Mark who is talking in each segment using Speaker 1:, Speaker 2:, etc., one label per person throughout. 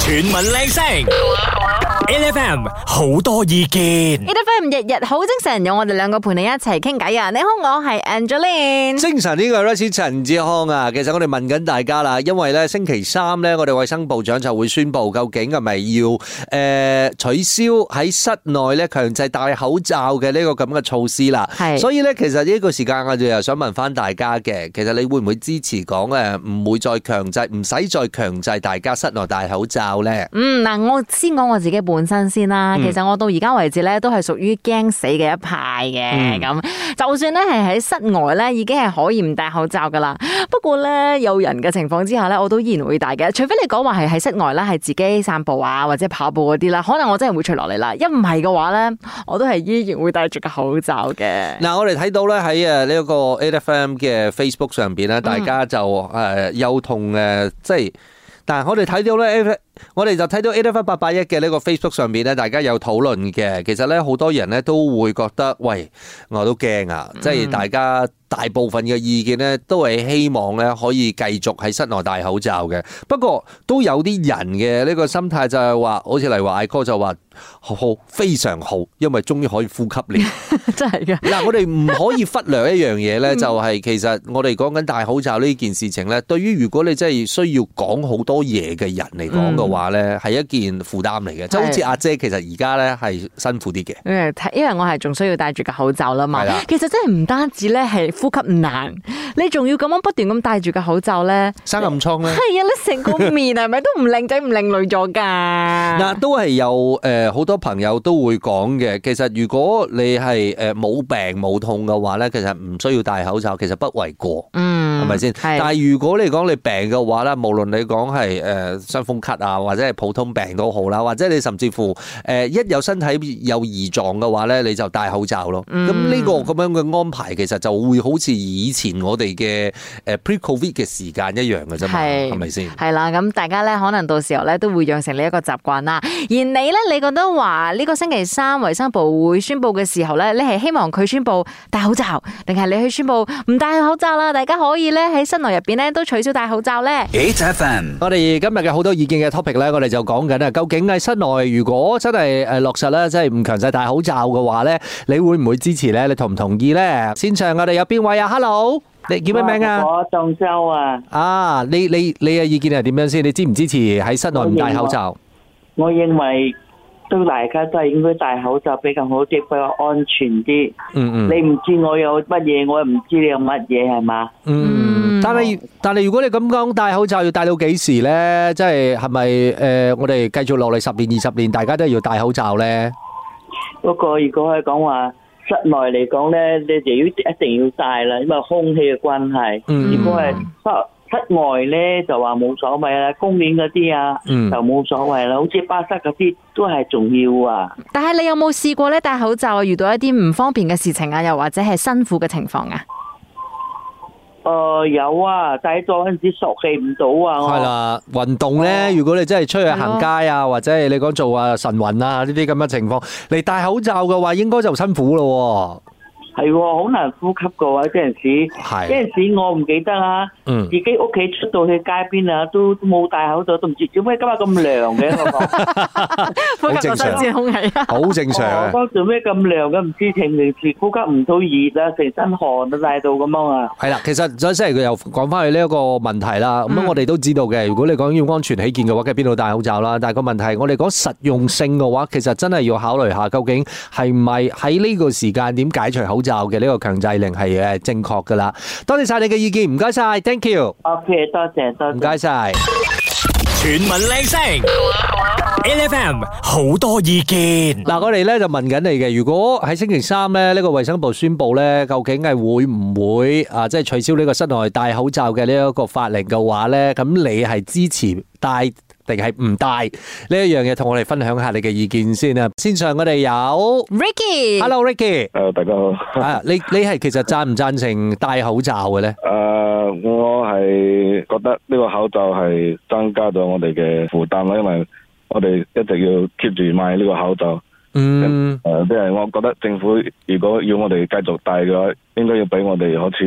Speaker 1: 全民靚聲，LFM 好多意見
Speaker 2: e。d f m 日日好精神，有我哋兩個陪你一齊傾偈啊！你好，我係 Angeline。
Speaker 3: 精神呢個 r i s 陳志康啊，其實我哋問緊大家啦，因為咧星期三咧，我哋衛生部長就會宣布究竟係咪要誒、呃取消喺室內咧強制戴口罩嘅呢個咁嘅措施啦。
Speaker 2: 係
Speaker 3: 所以咧其實呢個時間我哋又想問翻大家嘅，其實你會唔會支持講誒唔會再強制，唔使再強制大家室內戴口罩咧？
Speaker 2: 嗯，嗱，我先講我自己本身先
Speaker 3: 嗯
Speaker 2: 啦。其實我到而家為止咧，都係屬於驚死嘅一派
Speaker 3: 嗯
Speaker 2: 嘅。咁、就算咧係喺室外咧，已經係可以唔戴口罩噶啦。不過咧，有人嘅情況之下咧，我都依然會戴嘅。除非你講話係喺室外啦，係自己散步啊，或者跑步嗰啲啦，可能我真係會除落嚟啦。一唔係嘅話咧，我都係依然會戴住個口罩 嘅。
Speaker 3: 嗱，我哋睇到咧喺誒呢一個 A F M 嘅 Facebook 上邊咧，大家就誒有同誒即係，但係我哋睇到咧，我哋就睇到 A F M 八八一嘅呢個 Facebook 上邊咧，大家有討論嘅。其實咧好多人咧都會覺得，喂，我都驚啊！即係大家大部分嘅意見咧，都係希望咧可以繼續喺室內戴口罩嘅。不過都有啲人嘅呢個心態就係話，好似例如話艾哥就話好好非常好，因為終於可以呼吸了。
Speaker 2: 真係嘅。
Speaker 3: 嗱，我哋唔可以忽略一樣嘢咧，就係其實我哋講緊戴口罩呢件事情咧，對於如果你真係需要講好多嘢嘅人嚟講嘅話咧，係一件負擔嚟嘅。就好似阿姐，其實而家咧係辛苦啲嘅。
Speaker 2: 因為睇因為我係仲需要戴住個口罩啦嘛
Speaker 3: 係啦，
Speaker 2: 其實真係唔單止咧係呼吸難，你仲要咁樣不斷咁戴住個口罩咧，
Speaker 3: 生暗瘡咧
Speaker 2: 係，啊，你成個面係咪都唔靚仔唔靚女咗㗎？
Speaker 3: 嗱都係有誒好多朋友都會講嘅。其實如果你係誒冇病冇痛嘅話咧，其實唔需要戴口罩，其實不為過。
Speaker 2: 嗯，
Speaker 3: 係咪先？但
Speaker 2: 係
Speaker 3: 係如果你講你病嘅話咧，無論你講係誒傷風咳啊，或者係普通病都好啦，或者你甚至乎誒、呃一有身體有異狀嘅話咧，你就戴口罩咯。
Speaker 2: 嗯
Speaker 3: 咁呢、個咁樣嘅安排其實就會好似以前我哋嘅誒 pre-covid 嘅時間一樣嘅啫嘛，
Speaker 2: 係
Speaker 3: 係咪先？
Speaker 2: 係啦，咁大家咧可能到時候咧都會養成呢一個習慣啦。而你咧，你覺得話呢個星期三衞生部會宣布嘅時候咧，你係希望佢宣布戴口罩，定係你去宣布唔戴口罩啦？大家可以咧喺室內入邊咧都取消戴口罩咧？
Speaker 1: 8FM
Speaker 3: 我哋今日嘅好多意見嘅 topic 咧，我哋就講緊啊，究竟喺室內如果真係誒落實咧，即係唔強制戴口罩嘅話咧，你會唔會支持咧？你同唔同意咧？現場我哋有邊位啊？Hello，你叫咩名啊？
Speaker 4: 我中秋啊，
Speaker 3: 啊，你你你嘅意見係點樣先？你支唔支持喺室內唔戴口罩？
Speaker 4: 我認為都大家都係應該戴口罩比較好啲，比較安全啲。
Speaker 3: 嗯嗯
Speaker 4: 你唔知我有乜嘢，我又唔知你有乜嘢係嘛？
Speaker 3: 嗯。但係但係，如果你咁講戴口罩要戴到幾時咧？即係係咪誒？我哋繼續落嚟十年二十年，大家都係要戴口罩咧？
Speaker 4: 不過如果可以講話室內嚟講咧，你就要一定要戴啦，因為空氣嘅關係。
Speaker 3: 嗯
Speaker 4: 如果係室室外咧，就話冇所謂啦，公園嗰啲啊
Speaker 3: 嗯
Speaker 4: 就冇所謂啦，好似巴塞嗰啲都係重要啊。
Speaker 2: 但係你有冇試過咧戴口罩啊？遇到一啲唔方便嘅事情啊，又或者係辛苦嘅情況啊？
Speaker 4: 誒、有啊，戴咗嗰陣時索氣唔到啊，我
Speaker 3: 係啦，運動咧，如果你 Ờ. 真係出去行街啊，或者係你講做啊晨運啊呢啲咁嘅情況，你戴口罩嘅話，應該就辛苦咯
Speaker 4: 係喎，好難呼吸嘅話，有陣時。
Speaker 3: 喎。係，
Speaker 4: 嗰陣時我唔記得啊，
Speaker 3: 嗯
Speaker 4: 自。己屋企出到去街邊啊，都都冇戴口罩，都唔知點解今日咁涼嘅我講，
Speaker 2: 呼
Speaker 3: 好
Speaker 2: 吸
Speaker 3: 正
Speaker 2: 個
Speaker 3: 常
Speaker 2: 新鮮空氣啊！
Speaker 3: 好 正常
Speaker 4: 我
Speaker 3: 啊！
Speaker 4: 講做咩咁涼嘅，唔知平平時呼吸唔到熱啊，成身汗都戴到咁樣啊，
Speaker 3: 係啦，其實再先係佢又講翻去呢一個問題啦。咁、我哋都知道嘅，如果你講要安全起見嘅話，梗係邊度戴口罩啦。但係個問題係，我哋講實用性嘅話，其實真係要考慮下，究竟係唔係喺呢個時間點解除口罩嘅呢個強制令係誒正確噶啦。多謝晒你嘅意見，唔該晒 t h a n k you，
Speaker 4: ，OK，多謝多
Speaker 3: 唔
Speaker 4: 謝
Speaker 3: 該。晒。
Speaker 1: 全民靚聲，LFM 好多意見。
Speaker 3: 嗱，我哋咧就問緊你嘅，如果喺星期三咧，呢個衛生部宣布咧，究竟係會唔會啊，即係取消呢個室內戴口罩嘅呢一個法令嘅話咧，咁你係支持戴定係唔戴呢一樣嘢？同我哋分享下你嘅意見先啊！線上我哋有
Speaker 2: Ricky，
Speaker 3: Hello Ricky
Speaker 5: 誒、呃大家好。 誒、
Speaker 3: 啊，你你係其實贊唔贊成戴口罩嘅咧？
Speaker 5: 呃我係覺得呢個口罩係增加咗我哋嘅負擔啦，因為我哋一直要 keep 住買呢個口罩。
Speaker 3: 嗯。
Speaker 5: 誒、即係我覺得政府如果要我哋繼續戴嘅話，應該要俾我哋好似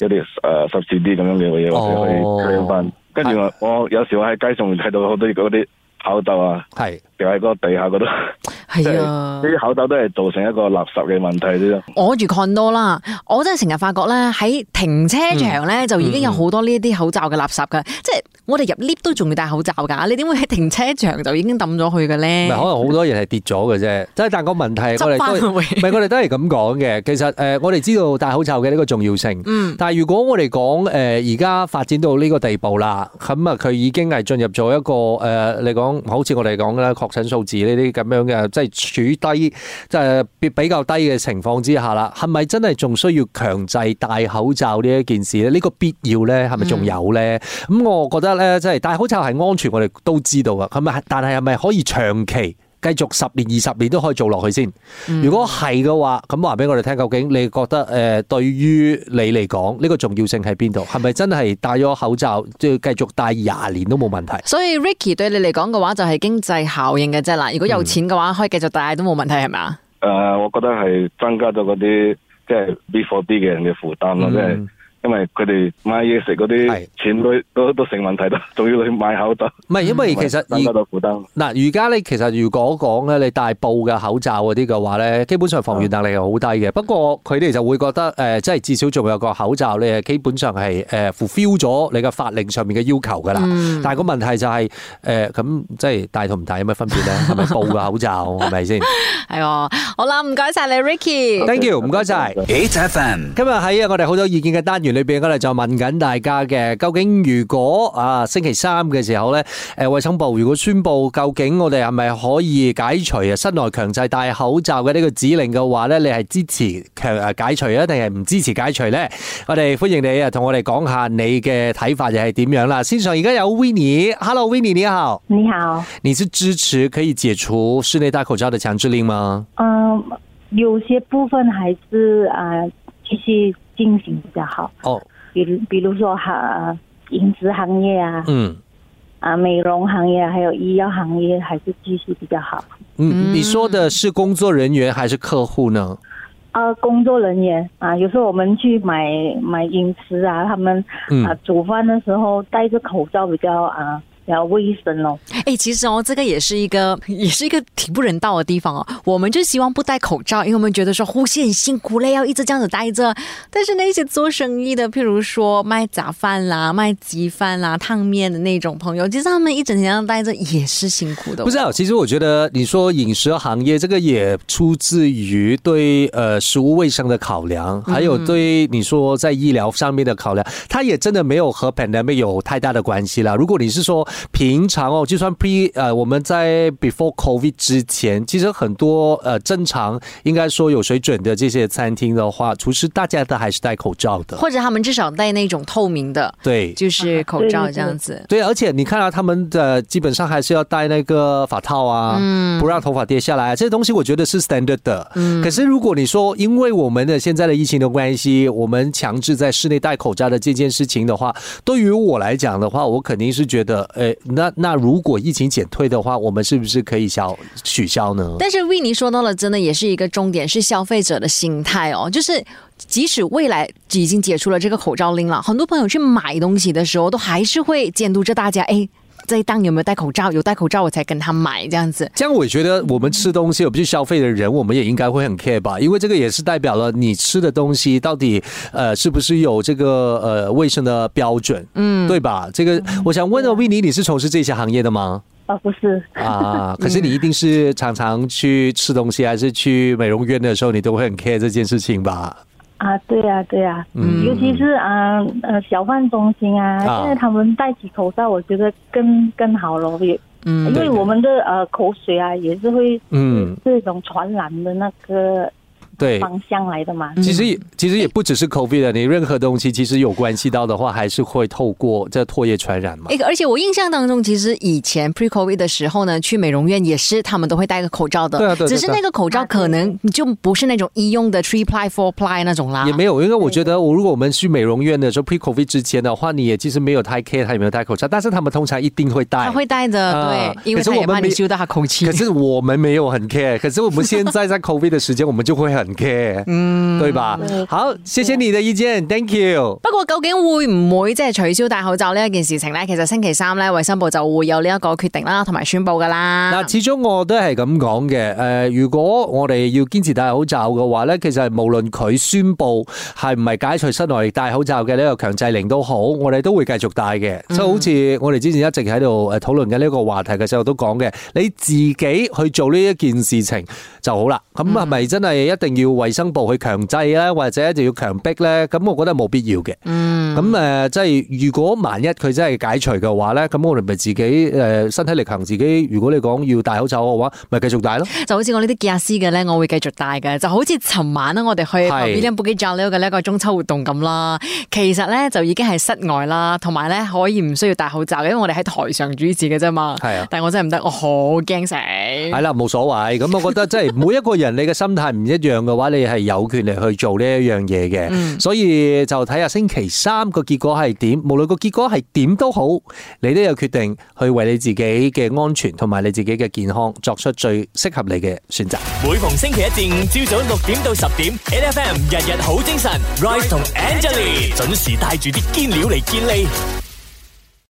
Speaker 5: 一啲誒、呃、subsidy 咁樣嘅嘢，我哋可以
Speaker 3: 哦
Speaker 5: 退翻。跟住我，我有時我喺街上會睇到好多嗰啲口罩啊，
Speaker 3: 係
Speaker 5: 掉喺個地下嗰度， 即
Speaker 2: 系
Speaker 5: 係
Speaker 2: 啊
Speaker 5: 呢。啲口罩都係造成一個垃圾嘅問題啫。
Speaker 2: 我住 condo 啦，我真係成日發覺咧喺停車場
Speaker 3: 嗯
Speaker 2: 咧就已經有好多呢啲口罩嘅垃圾噶，即係我哋入 lift 都仲要戴口罩噶，你點會喺停車場就已經抌咗佢嘅
Speaker 3: 唔
Speaker 2: 咧
Speaker 3: 係可？能好多人係跌咗嘅啫，即係但個問題係我
Speaker 2: 執翻
Speaker 3: 哋都唔
Speaker 2: 會
Speaker 3: 係我哋都係咁講嘅。其實誒、呃我哋知道戴口罩嘅呢個重要性，
Speaker 2: 嗯
Speaker 3: 但係如果我哋講呃誒而家發展到呢個地步啦，咁啊佢已經係進入咗一個誒、呃你講好似我哋講嘅啦，確診數字呢啲咁樣嘅，即係處低即係比比較低嘅情況之下啦，係咪真係仲需要強制戴口罩呢一件事咧？呢、個必要咧係咪仲有咧？咁、我覺得咧，即係戴口罩係安全，我哋都知道噶，係咪？但係係咪可以長期？繼續十年、二十年都可以做落去先。如果係嘅話，咁話俾我哋聽，究竟你覺得誒、呃、對於你嚟講，呢、個重要性喺邊度？係咪真係戴咗口罩，即係繼續戴廿年都冇問題？
Speaker 2: 所以 Ricky 對你嚟講嘅話就係經濟效應嘅啫啦。如果
Speaker 3: 嗯
Speaker 2: 有錢嘅話，可以繼續戴都冇問題係咪啊？
Speaker 5: 诶、呃我覺得係增加咗嗰啲即係 B for B 嘅人嘅負擔咯，
Speaker 3: 嗯
Speaker 5: 即係因為佢哋買嘢食嗰
Speaker 3: 係
Speaker 5: 啲錢都都都成問題啦，仲要去買口罩，
Speaker 3: 唔係，因為其實
Speaker 5: 增加
Speaker 3: 而
Speaker 5: 咗負擔。
Speaker 3: 嗱，而家咧其實如果講咧，你戴布嘅口罩嗰啲嘅話咧，基本上防禦能力係好低嘅。不過佢哋就會覺得誒、呃即係至少仲有個口罩咧，基本上係誒 fulfill 咗你嘅法令上面嘅要求㗎啦。但係個問題就係、呃咁、即係戴同唔戴有咩分別咧？係咪布嘅口罩係 咪先
Speaker 2: 係喎，好啦，唔該晒你 Ricky。
Speaker 3: ？Thank you，唔該 晒。
Speaker 1: 8FM,
Speaker 3: 今日喺我哋好多意見嘅單元裏邊，我哋就問緊大家嘅，究竟如果啊星期三嘅時候呢，誒衞生部如果宣布究竟我哋係咪可以解除啊室內強制戴口罩嘅呢個指令嘅話呢，你係支持強誒解除啊，定係唔支持解除呢？我哋歡迎你啊，同我哋講下你嘅睇法又係點樣啦。線上而家有 w i n n i e h e l l o w i n n i e 你好，
Speaker 6: 你好，
Speaker 3: 你是支持可以解除室內戴口罩的強制令嗎？
Speaker 6: 嗯、有些部分还是啊、呃继续进行比较好，
Speaker 3: 哦，
Speaker 6: 比如比如说哈、呃饮食行业啊，
Speaker 3: 嗯。
Speaker 6: 啊、美容行业，还有医药行业，还是继续比较好。
Speaker 3: 嗯，你说的是工作人员还是客户呢？
Speaker 6: 呃，工作人员啊、有时候我们去买买饮食啊，他们
Speaker 3: 嗯
Speaker 6: 啊、煮饭的时候戴着口罩比较啊、比较卫生咯。
Speaker 2: 哎、其实哦，这个也是一个，也是一个挺不人道的地方哦。我们就希望不戴口罩，因为我们觉得说呼吸很辛苦嘞，要一直这样子待着。但是那些做生意的，譬如说卖杂饭啦、卖鸡饭啦、烫面的那种朋友，其实他们一整天这样待着也是辛苦的哦。
Speaker 3: 不是啊，其实我觉得你说饮食行业这个也出自于对呃食物卫生的考量，还有对你说在医疗上面的考量，它也真的没有和 pandemic 有太大的关系啦。如果你是说平常哦，就算 pre 呃我们在 before covid 之前，其实很多呃正常应该说有水准的这些餐厅的话，厨师大家都还是戴口罩的，
Speaker 2: 或者他们至少戴那种透明的，
Speaker 3: 对。
Speaker 2: 就是口
Speaker 6: 啊对
Speaker 2: 罩
Speaker 6: 对
Speaker 2: 这样子。
Speaker 3: 对，而且你看到、啊他们的基本上还是要戴那个发套啊，不让头发跌下来，这些东西我觉得是 standard 的。可是如果你说因为我们的现在的疫情的关系，我们强制在室内戴口罩的这件事情的话，对于我来讲的话，我肯定是觉得，诶，那那如果疫情减退的话，我们是不是可以消取消呢？
Speaker 2: 但是维尼说到了，真的也是一个重点，是消费者的心态哦。就是即使未来已经解除了这个口罩令了，很多朋友去买东西的时候，都还是会监督着大家，哎，这一档有没有戴口罩？有戴口罩我才跟他买这样子。
Speaker 3: 这样我觉得我们吃东西，我们去消费的人，我们也应该会很 care 吧，因为这个也是代表了你吃的东西到底呃是不是有这个呃卫生的标准，嗯，对吧？这个我想问了维尼，你是从事这些行业的吗？
Speaker 6: 啊、不是，
Speaker 3: 啊，可是你一定是常常去吃东西，还是去美容院的时候，你都会很 care 这件事情吧？
Speaker 6: 啊，对呀、对呀、尤其是啊呃小贩中心啊，
Speaker 3: 嗯啊
Speaker 6: 现在他们戴起口罩，我觉得更更好咯，也
Speaker 2: 嗯
Speaker 6: 因为
Speaker 3: 对对
Speaker 6: 我们的呃口水啊也是会
Speaker 3: 嗯，
Speaker 6: 这种传染的那个
Speaker 3: 对。
Speaker 6: 方向来的嘛。
Speaker 3: 其实也其实也不只是 COVID 啊的，你任何东西其实有关系到的话，还是会透过这唾液传染嘛。
Speaker 2: 哎，而且我印象当中，其实以前 pre covid 的时候呢，去美容院也是他们都会戴个口罩的，
Speaker 3: 对啊对啊
Speaker 2: 只是
Speaker 3: 对啊
Speaker 2: 那个口罩可能就不是那种医用的 three ply four ply 那种啦
Speaker 3: 也。没有，因为我觉
Speaker 2: 嗯
Speaker 3: 得我如果我们去美容院的时候，pre COVID 之前的话，你也其实没有太 care 他有没有戴口罩，但是他们通常一定会戴。
Speaker 2: 他会戴着，
Speaker 3: 啊
Speaker 2: 对，因为
Speaker 3: 可是
Speaker 2: 他
Speaker 3: 我
Speaker 2: 也
Speaker 3: 们
Speaker 2: 怕你
Speaker 3: 没
Speaker 2: 嗅到他口气。
Speaker 3: 可是我们没有很 care，可是我们现在在 COVID 的时间，我们就会很人嘅，
Speaker 2: 嗯
Speaker 3: 对吧？好，谢谢你的意见，Thank you。
Speaker 2: 不過究竟會唔會即係取消戴口罩呢一件事情呢？其實星期三呢，衛生部就會有呢一個決定啦，同埋宣布噶啦。
Speaker 3: 嗱，始終我都係咁講嘅。诶、如果我哋要堅持戴口罩嘅話咧，其實無論佢宣布係唔係解除室內戴口罩嘅呢個強制令都好，我哋都會繼續戴嘅。即係好似我哋之前一直喺度诶讨论紧呢個話題嘅時候都講嘅，你自己去做呢一件事情就好啦。咁係咪真係一定要衛生部去強制咧，或者就要強迫咧？咁我覺得冇必要嘅。咁誒、呃即係如果萬一佢真係解除嘅話咧，咁我哋咪自己誒、呃身體力行，自己如果你講要戴口罩嘅話，咪繼續戴咯。
Speaker 2: 就好似我呢啲吉亞斯嘅咧，我會繼續戴嘅。就好似尋晚咧，我哋去
Speaker 3: 係
Speaker 2: William b u g i j a l 嘅呢一個中秋活動咁啦。其實咧就已經係室外啦，同埋咧可以唔需要戴口罩，因為我哋喺台上主持嘅啫嘛。
Speaker 3: 係啊
Speaker 2: 但我真係唔得，我好驚死。
Speaker 3: 係啦，冇所謂。咁我覺得即係每一個人你嘅心態唔一樣嘅話，你係有權利去做呢一樣嘢嘅。所以就睇下星期三個結果係點，無論個結果係點都好，你都有決定去為你自己嘅安全同埋你自己嘅健康作出最適合你嘅選擇。
Speaker 1: 每逢星期一至五朝早六點到十點，N F M 日日好精神，Rise 同 Angelie 準時帶住啲堅料嚟健利。